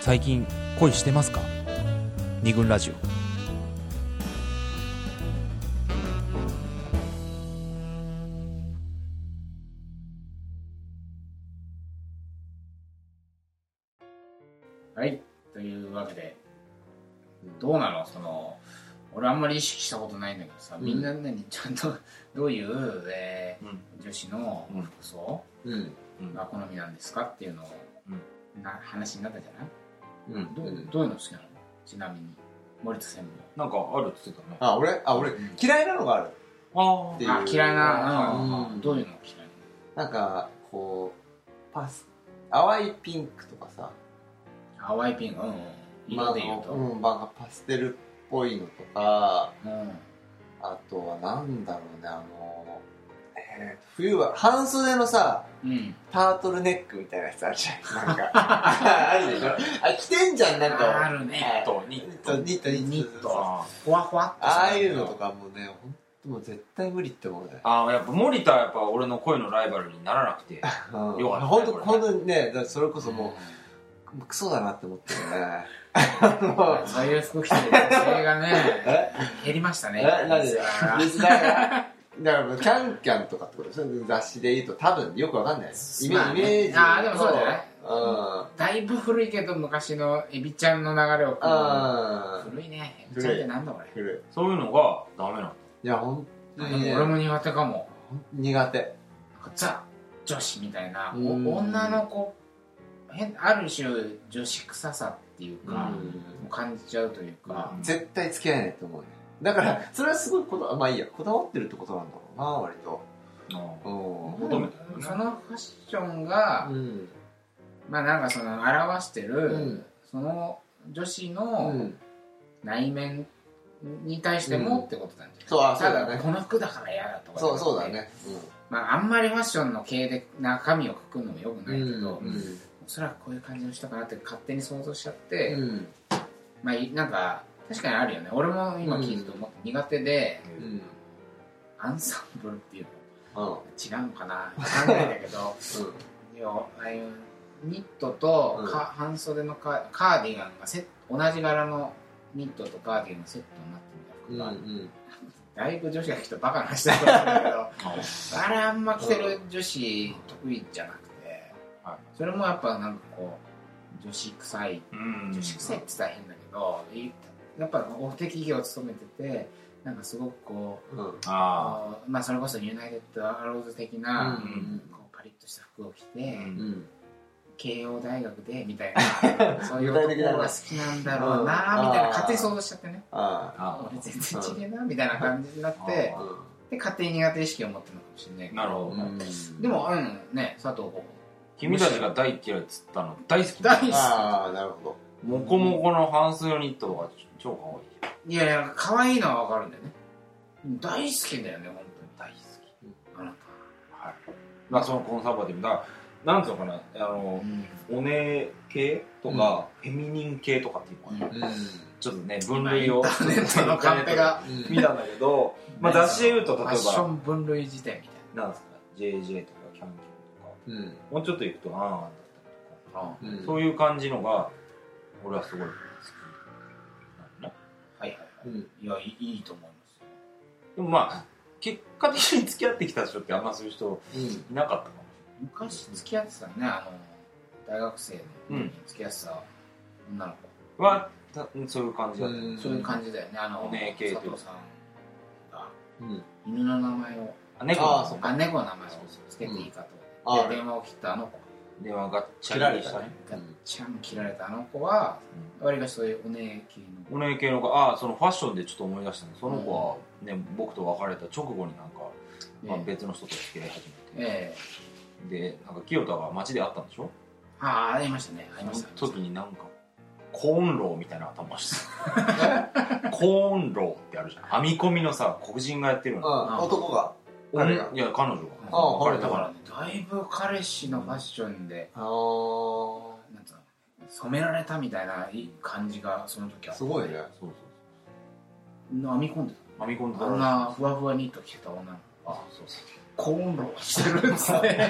最近恋してますか二軍ラジオはい。というわけで、どうなのその、俺あんまり意識したことないんだけどさ、うんみんな何ちゃんと どういう、えーうん女子のうん服装うんうんが好みなんですかっていうのを、な話になったじゃないうんどうどういうの好きなのちなみに、森田専務なんかあるって言ってたね。あ俺あ俺うん嫌いなのがあるあっていうあ、嫌いな、うんうんどういうの嫌いなんかこうパス淡いピンクとかさなの淡いピンク、うん、色で言うと。まあうんまあパステルっぽいのとかうんあとはなんだろうねあの、えー冬は半袖のさうん、タートルネックみたいなやつあるじゃんなんかあるでしょあ着てんじゃんなんあかるねはあ。と、にニ。ットニットニニッットトあふわふわってああいうのとかもねほんともう絶対無理って思うねあー、やっぱ森田はやっぱ俺の恋のライバルにならなく て。うんよかったね本当これね本当にねだからそれこそもう、クソだなって思っ てるねあのそういう服着てる女性が ね、減りましたね。え何で別にだからだからもうキャンキャンとかってことでしょ雑誌で言うと多分よくわかんないですイメージ,、まあねイメージあーでもそうじゃないなだいぶ古いけど、昔のエビちゃんの流れを。いうんうん古いね。エビちゃんってなんだこれ。古そういうのがダメなの。いいや本当に、ね、俺も苦手かも。苦手なんかザ女子みたいな、おうん女の子、変ある種女子臭さっていううか、ん感じちゃうというか。絶対付き合えないと思うねだからそれはすごいこだまあいいやこだわってるってことなんだろうな割とあう求めてるよねそのファッションが、んうんまあなんかその表してる、うんその女子うのん内面に対してもってことなんじゃない、そうあそうただだねこの服だから嫌だとかそうそうだ、ねまあ、あんまりファッションの系で中身をくくるのもよくうなんいけど、うんうんおそらくこういう感じの人かなって勝手に想像しちゃって、うんまあいなんか確かにあるよね俺も今聞いてて思って苦手で、うんアンサンブルっていううんの違うのかなわかんないんだけ ど要はああいうニットとか、半袖のカカーディガンがセット同じ柄のニットとカーディガンがセットになってうみた服があんってうんだいぶ女子が来てバカな話だと思うんだけどあれあんま着てる女子得意じゃなくてはいそれもやっぱなんかこう女子臭いうん女子臭いって言ったら変だけどいやっぱ大手企業を務めててなんかすごくこううんああーまあそれこそユナイテッドアローズ的うな、んこうパリッとした服を着て、うんうん慶応大学でみたい なそういう男が好きなんだろうなみたいな勝手に想像しちゃってねああ俺全然違えなみたいな感じになって。ああーで勝手に苦手意識を持ってるのかもしれないけなるほどでもうんね佐藤候補君たちが大嫌いっつったの大好き大好きああなるほモコモコの半袖ニットが超可愛いじゃんいやいや可愛いのはわかるんだよね大好きだよね本当大好にあきなはいまあそのコンサバティブだなんつうのかなあたのお姉系とかフェミニン系とかっていうのかなどうんちょっとね分類をインターネットのカンペが見たんだけど、まあ、雑誌で言うとフ例えァッショばン分類辞典みたいなんですか JJ とかキャンキャンとかうんもうちょっと行くとアンアンだったりとかなうんうんそういう感じのが俺はすごい好きなのねはいはいはうんいいやいいいいと思いますよでもまあ結果的に付き合ってきた人ってあんまそういう人うんいなかったかも昔付き合ってたねあの大学生の時に付き合ってた女のしれないはたそういう感じだった、うん子そういう感じだよねあのお姉系というか佐藤さんがうん犬の名前をあ猫のあーそっあ猫の名前をつけていいかとうんで電話を切ったあの子電話がっちゃりしたねガッチャン切られたあの子は、わりかしそういうお姉系のお姉系の子ああそのファッションでちょっと思い出したのその子はね、僕と別れた直後になんか、まあ、え別の人と付き合い始めて、ええでなんか清田が街で会ったんでしょえああ会いましたね会いましそたの時になんかコーンローみたいな頭してた コーンローってあるじゃん編み込みのさ黒人がやってるのあ男が俺い彼やが彼女あがあ別れだたかかららねだいぶ彼氏のファッションで、あーなんつうの染められたみたいない感じがその時はすごいねそうそう編み込んでそう編み込んでたたあんらしいなふわふわニット着てた女のあそうそう子コーンローしてるんです ね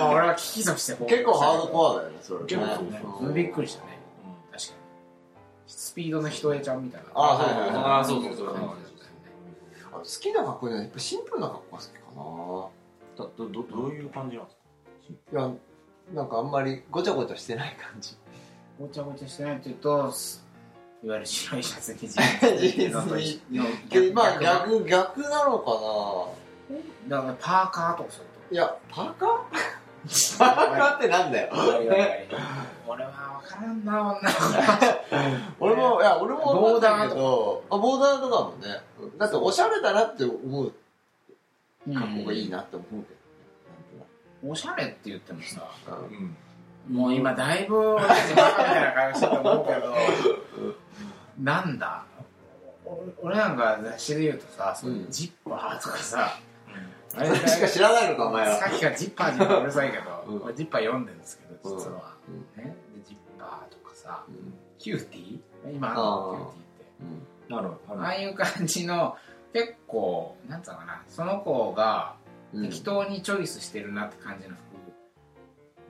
まあ俺は聞き損して結構ハードコアだよね、それね。結構そうそれびっくりしたねう確かにスピードの人えちゃんみたいなあそううだんねああそうそうそうそうあ好きな格好じゃないやっぱシンプルな格好が好だどどどういう感じなんですかきかな。いや、なんかあんまりごちゃごちゃしてない感じ。ごちゃごちゃしてないって言うとすいわゆる白いシャツにジジーンズにで、まあだ逆、逆なのかなからパーカーとかそういうこいや、パーカーとパーカーってなんだよ。俺は分からんな女の子俺も、いや、俺もボーダーだけど、あ、ボーダーとかもね。だって、おしゃれだなって思う格好がいいなって思うけおしゃれって言ってもさど。うんうんもう今だいぶ俺たちバカみたいな顔してると思うけどなんだお俺なんか雑誌で言うとさ、そうのんジッパーとかさ、あそれしか知らないのか、お前 さは。っきからジッパージッパーうるさいけど、うん俺ジッパー読んでるんですけど実は、うんね、でジッパーとかさうんキューティー今あるのあーキューティーってうんなるほどああいう感じの結構なんつうのかなその子がうん適当にチョイスしてるなって感じの服、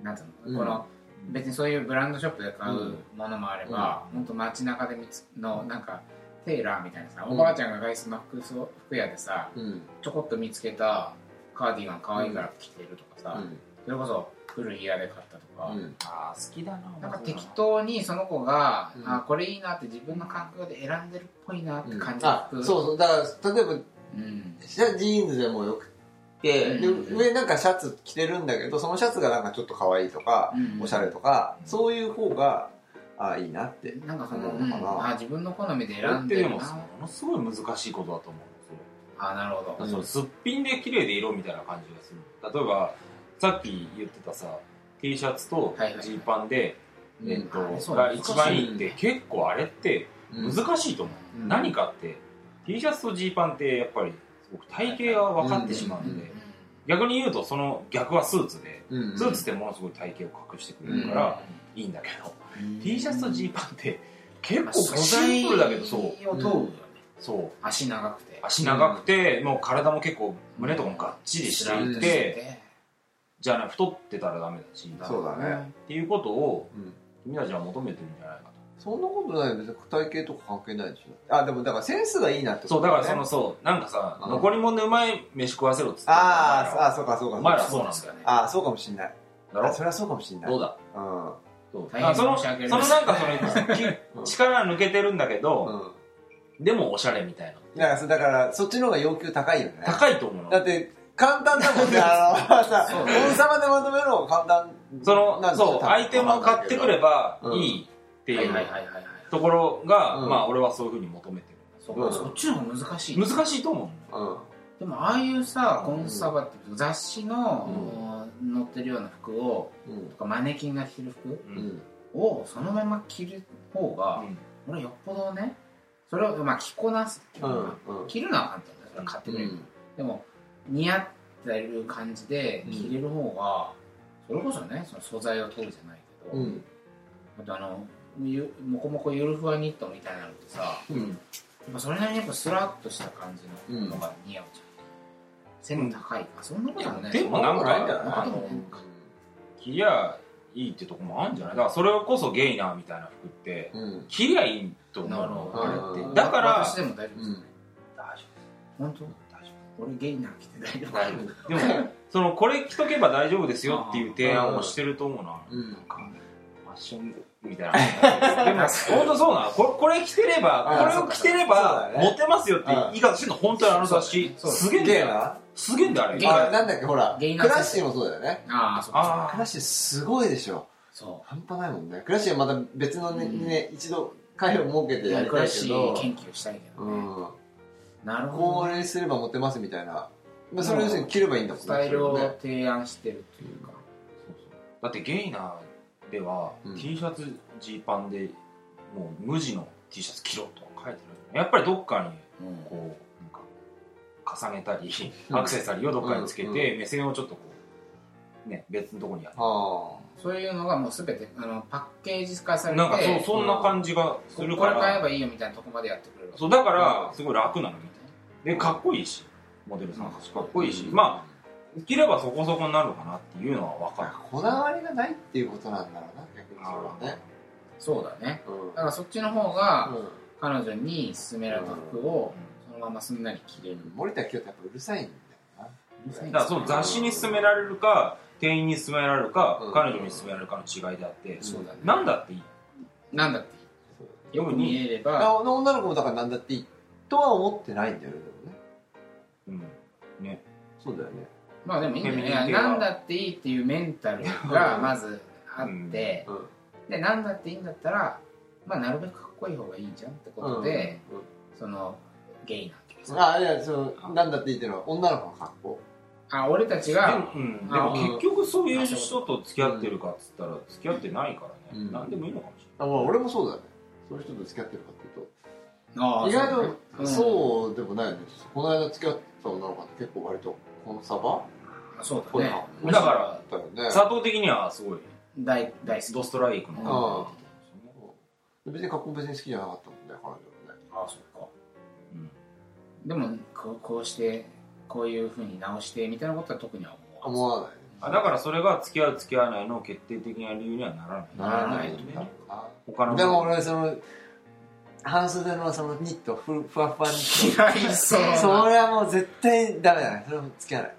なんつうの、うんこの別にそういうブランドショップで買うんうものもあれば、ほんと街中で見つのなんかテイラーみたいなさ、おばあちゃんが外出の服装服屋でさうん。ちょこっと見つけたカーディガン可愛いから着てるとかさ、うんそれこそ古着屋で買ったとか、うんあー好きだななんか適当にその子が、うんあこれいいなって自分の感覚で選んでるっぽいなって感じのあ服、そうそうだから例えばうんジーンズでもよくて、でうん上なんかシャツ着てるんだけどそのシャツがなんかちょっと可愛いとか、うんおしゃれとかそういう方があいいなってなんかその、うんうんあ自分の好みで選選んんででるるもなものすごい難しいことだと思うそれあなるほだどからそのすっぴんで綺麗で色みたいな感じがする例えばさっき言ってたさ T シャツとはいはいジーパンで、えっあれそとうが難しい一番いいって結構あれってうん難しいと思う、うん何かって T シャツとジーパンってやっぱりすごく体型が分かってしまうんで、うん逆に言うとその逆はスーツで、うんスーツってものすごい体型を隠してくれるからいいんだけど、T シャツとジーパンって結構シンプルだけどそうを問うよね、そう足長くて足長くて、もう体も結構胸とかもがっちりしていて、じゃない太ってたらダメだしそうだねっていうことをうん君たちは求めてるんじゃないかそんなことないよ別に体型とか関係ないでしょあでもだからセンスがいいなってとそこうとだねからそのそうなんかさ、うん残り物でうまい飯食わせろっつってあーあそうかそうおかそう前からそうなんだかよねあーそうかもしんないだろあそれはそうかもしんないどうだうんそう大変あその申しそ訳のありなまんせんかそ のきうん力抜けてるんだけうど、んでもおしゃれみたいなだからそだからそっちの方が要求高いよね高いと思うのだって簡単だも んねあのさそう王様でまとめるのが簡単そのなんでしょそう相手も買ってくればうんいいってはいいうはいはいはいはいところが、うんまあ俺はそういうふうに求めてそうこんそっちの方が難しいる難しいと思うのうんでもああいうさうんコンサバって雑誌の、載ってるような服をうんとかマネキンが着てる服ううんんをそのまま着る方が、俺はよっぽどねそれをまあ着こなすっていううのんは着るのは簡単だよそれは買ってくれる、でも似合ってる感じでうん着れる方が、それこそねその素材を取るじゃないけど、うんあとあのゆもこもこゆるふわニットみたいなのってさやうんっぱそれなりにやっぱスラッとした感じのものが似合うじゃん、背の高いあそんなこともねでもなんかないんじゃないあの着りゃいいってとこもあるんじゃないだからそれこそゲイナーみたいな服ってうん着りゃいいと思うなるのほあれっどてだから私でも大丈夫ですよね、大丈本当俺ゲイなー着て大丈夫大丈夫でもそのこれ着とけば大丈夫ですよっていう提案をしてると思うなうんなんかファッションみたいなでも本当そうなのこれこれ着てればこあれを着てれそばうだねモテますよって言い方してるの本当にあの雑誌そうだねすげえんゲだイよなすげえんだよあれゲイナーあなんだっけほらクゲイナーラッシーもそうだよねああそうかあクあラッシーすごいでしょそ半端ないもんねクラッシーはまた別のねうんね一度会を設けうてやりクたラいッけシどー研究したいけどうね、んなるほこどねれすればモテますみたいなまあそれ要するに着ればいいんだもんねスタイルそをれね提案してるというか、だってゲイナーでは、うん T シャツジーパンでもう無地の T シャツ着ろとは書いてるやっぱりどっかにうんこうなんか重ねたりうんアクセサリーをどっかにつけて、うんう目線をちょっとこうね別のとこにやるあそういうのがもうすべてあのパッケージ化されてなんかそうそんな感じがすこるれか買えらばいいよみたいなとこまでやってくれるわけそうだからすごい楽なのみたいなでかっこいいしモデルさんたちかっこいいし、まあ着ればそこそこになるのかなっていうのは分かるこだわりがないっていうことなんだろうな逆にそれはねそうだねうんだからそっちの方がうん彼女に勧められた服をうそのまますんなり着れる森田清ってやっぱうるさいんだよんだからその雑誌に勧められるか店員に勧められるか、うん彼女に勧められるかの違いであって、そうだねなんだっていいなんだってよく見えれなあばの女の子もだからなんだっていいとは思ってないんだよねでもねうんねそうだよねまあでもいいんだよねいフェミニやティはなんだっていいっていうメンタルがまずあってうんでなんだっていいんだったらまあなるべくかっこいい方がいいじゃんってことで、うんそのゲイなわけですあいやそのなんだっていいっていうのは女の子の格好あ俺たちでがも,、うん、であもうん結局そういう人と付き合ってるかっつったら付き合ってないからね、うんなん、何でもいいのかもしあまあ俺もそうだねそういう人と付き合ってるかってあいうとあ意外うとんそうでもないよねこの間付き合った女の子って結構割とこのサバそうこだういねうだからだよねれない佐藤的にはすごい大大好きドストライクのあ感じで別に格好別に好きじゃなかったもんね彼女もねあそうかすよねでもこうこうしてこういうふうに直してみたいなことは特には思わ思わないうん あだからそれが付き合う付き合わないの決定的な理由にはならないならないよね他のでも俺その半袖のそのニットふふわふわにそない嫌いそうれなはもう絶対ダメだねそれも付き合わな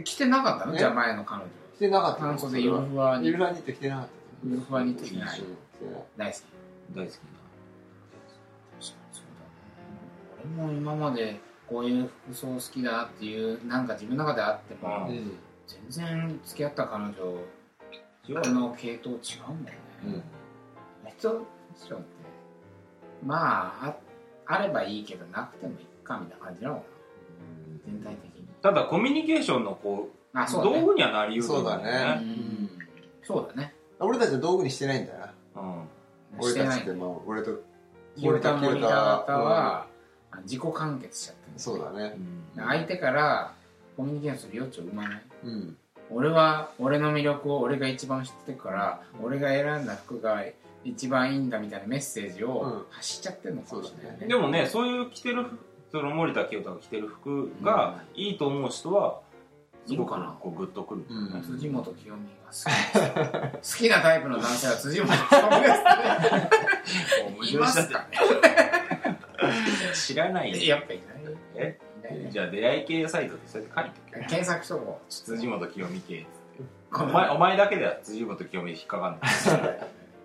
い着てなかったのえじゃあ前の彼女着てなかった半袖ユゆるふわにゆるふわニット着てなかったゆるふわに着てうんない着てない大好き大好きな俺も今までこういう服装好きだなっていうなんか自分の中であっても、う全然付き合った彼女服の系統違うんだようんね、ネットファッションってまあああればいいけどなくてもいいかみたいな感じなのかな全体的にただコミュニケーションのこうあそうだね道具にはなりうるんよそうだねうんそうだね俺たちは道具にしてないんだよなうん俺してたなちっいてまあ俺とキルタモニター型うんは自己完結しちゃってるそうだね相手からコミュニケーションする余地を生まないうん俺は俺の魅力を俺が一番知ってるから俺が選んだ服が一番いいんだみたいなメッセージうんを発しちゃってるのかもしれないねでもねそういう着てる服その森田清太が着てる服がいいと思う人はすごくいいのかなこうグッとくるよねうん辻元清美が好 きです好きなタイプの男性は辻元清美ですねもういますか 知らないよねやっぱいえないいないじゃあ出会い系サイトでそうやって書いておけ検索しとこう辻元清美系こおの前お前だけでは辻元清美引っかかんない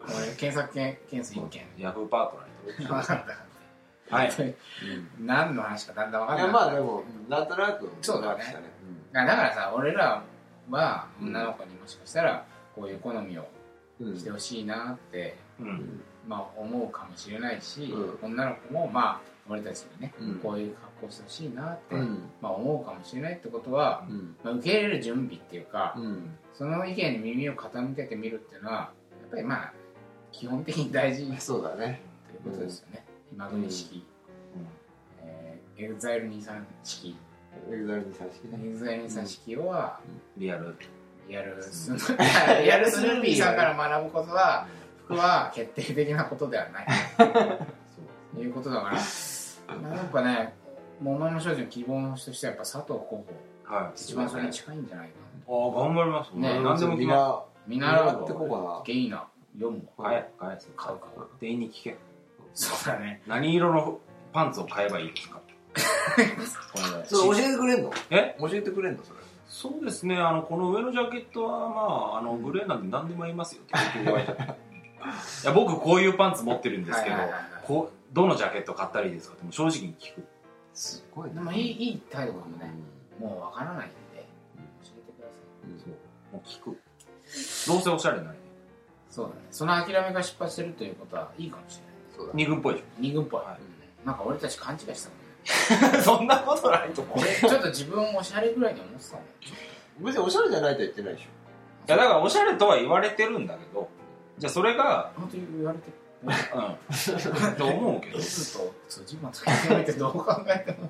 俺検索件件数1件 ヤフーパートナーに届分くかったはい 何の話かだんだん分かんいないやまあでもなんとなくそうだねなってきただからさ俺らは女の子にもしかしたらこういう好みをうんうんしてほしいなって、うんまあ、思うかもしれないし、う女の子もまあ俺たちにね、うんこういう格好してほしいなって、うんまあ、思うかもしれないってことは、うんまあ、受け入れる準備っていうか、うんその意見に耳を傾けてみるっていうのはやっぱりまあ基本的に大事というそうだねことですよね、今国式、えー、エグザイル23式エグザイルにさしきねエグザイル23式は、リアルリア ルスヌーリアルスヌーピーさんから学ぶことは服は決定的なことではないそうということだからなんかね桃の少女の希望の人としてはやっぱ佐藤候補はい一番それに近いんじゃないかなああ頑張りますね何でもみ決んまな見習やうってこうかゲイな読むるはいはい買うか店員に聞けそうだね何色のパンツを買えばいいですかこれなそれ教えてくれんのえ教えてくれんのそれそうですねあのこの上のジャケットはまああのグレーなんで何でも合いますよって結局言われたいや僕こういうパンツ持ってるんですけどはいはいはいはいこうどのジャケット買ったらいいですかってもう正直に聞くすごいでもいいいい態度かもねもうわからないんで教えてくださいそうもう聞くどうせおしゃれになるそうだねその諦めが失敗してるということはいいかもしれないそうだね二軍っぽいでし二軍っぽい、はなんか俺たち勘違いしたもんねょそんなことないと思うい俺ちょっと自分おしゃれぐらいに思ってたもん別におしゃれじゃないとは言ってないでしやだからおしゃれとは言われてるんだけどじゃあそれが本当に言われてうん と思う けどレズと辻松が決めてどう考え てもょ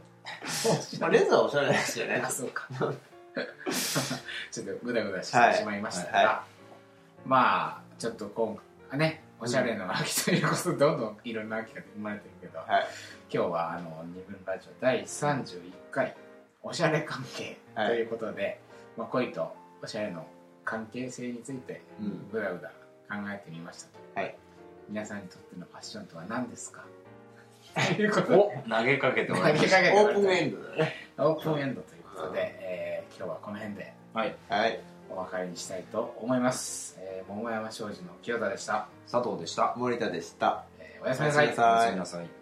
まあレズはおしゃれですよねあそうかちょっとグダグダしてしまいましたが、はいまあちょっと今回ねおしゃれの秋ということでどんどんいろんな秋が生まれてるけど、はい今日はあの二分ラジオ第31回おしゃれ関係はいということで、まあ、恋とおしゃれの関係性についてうんぐだぐだ考えてみましたと、はい皆さんにとってのファッションとは何ですかということでお投げかけてもらいま投げしたかけてもオらいープたンいエンドだねオープンエンドということで、えー今日はこの辺ではいはいお別れにしたいと思います、えー桃山商事の清田でした、佐藤でした森田でしたえーおやすみなさいおやすみなさいおやすみなさい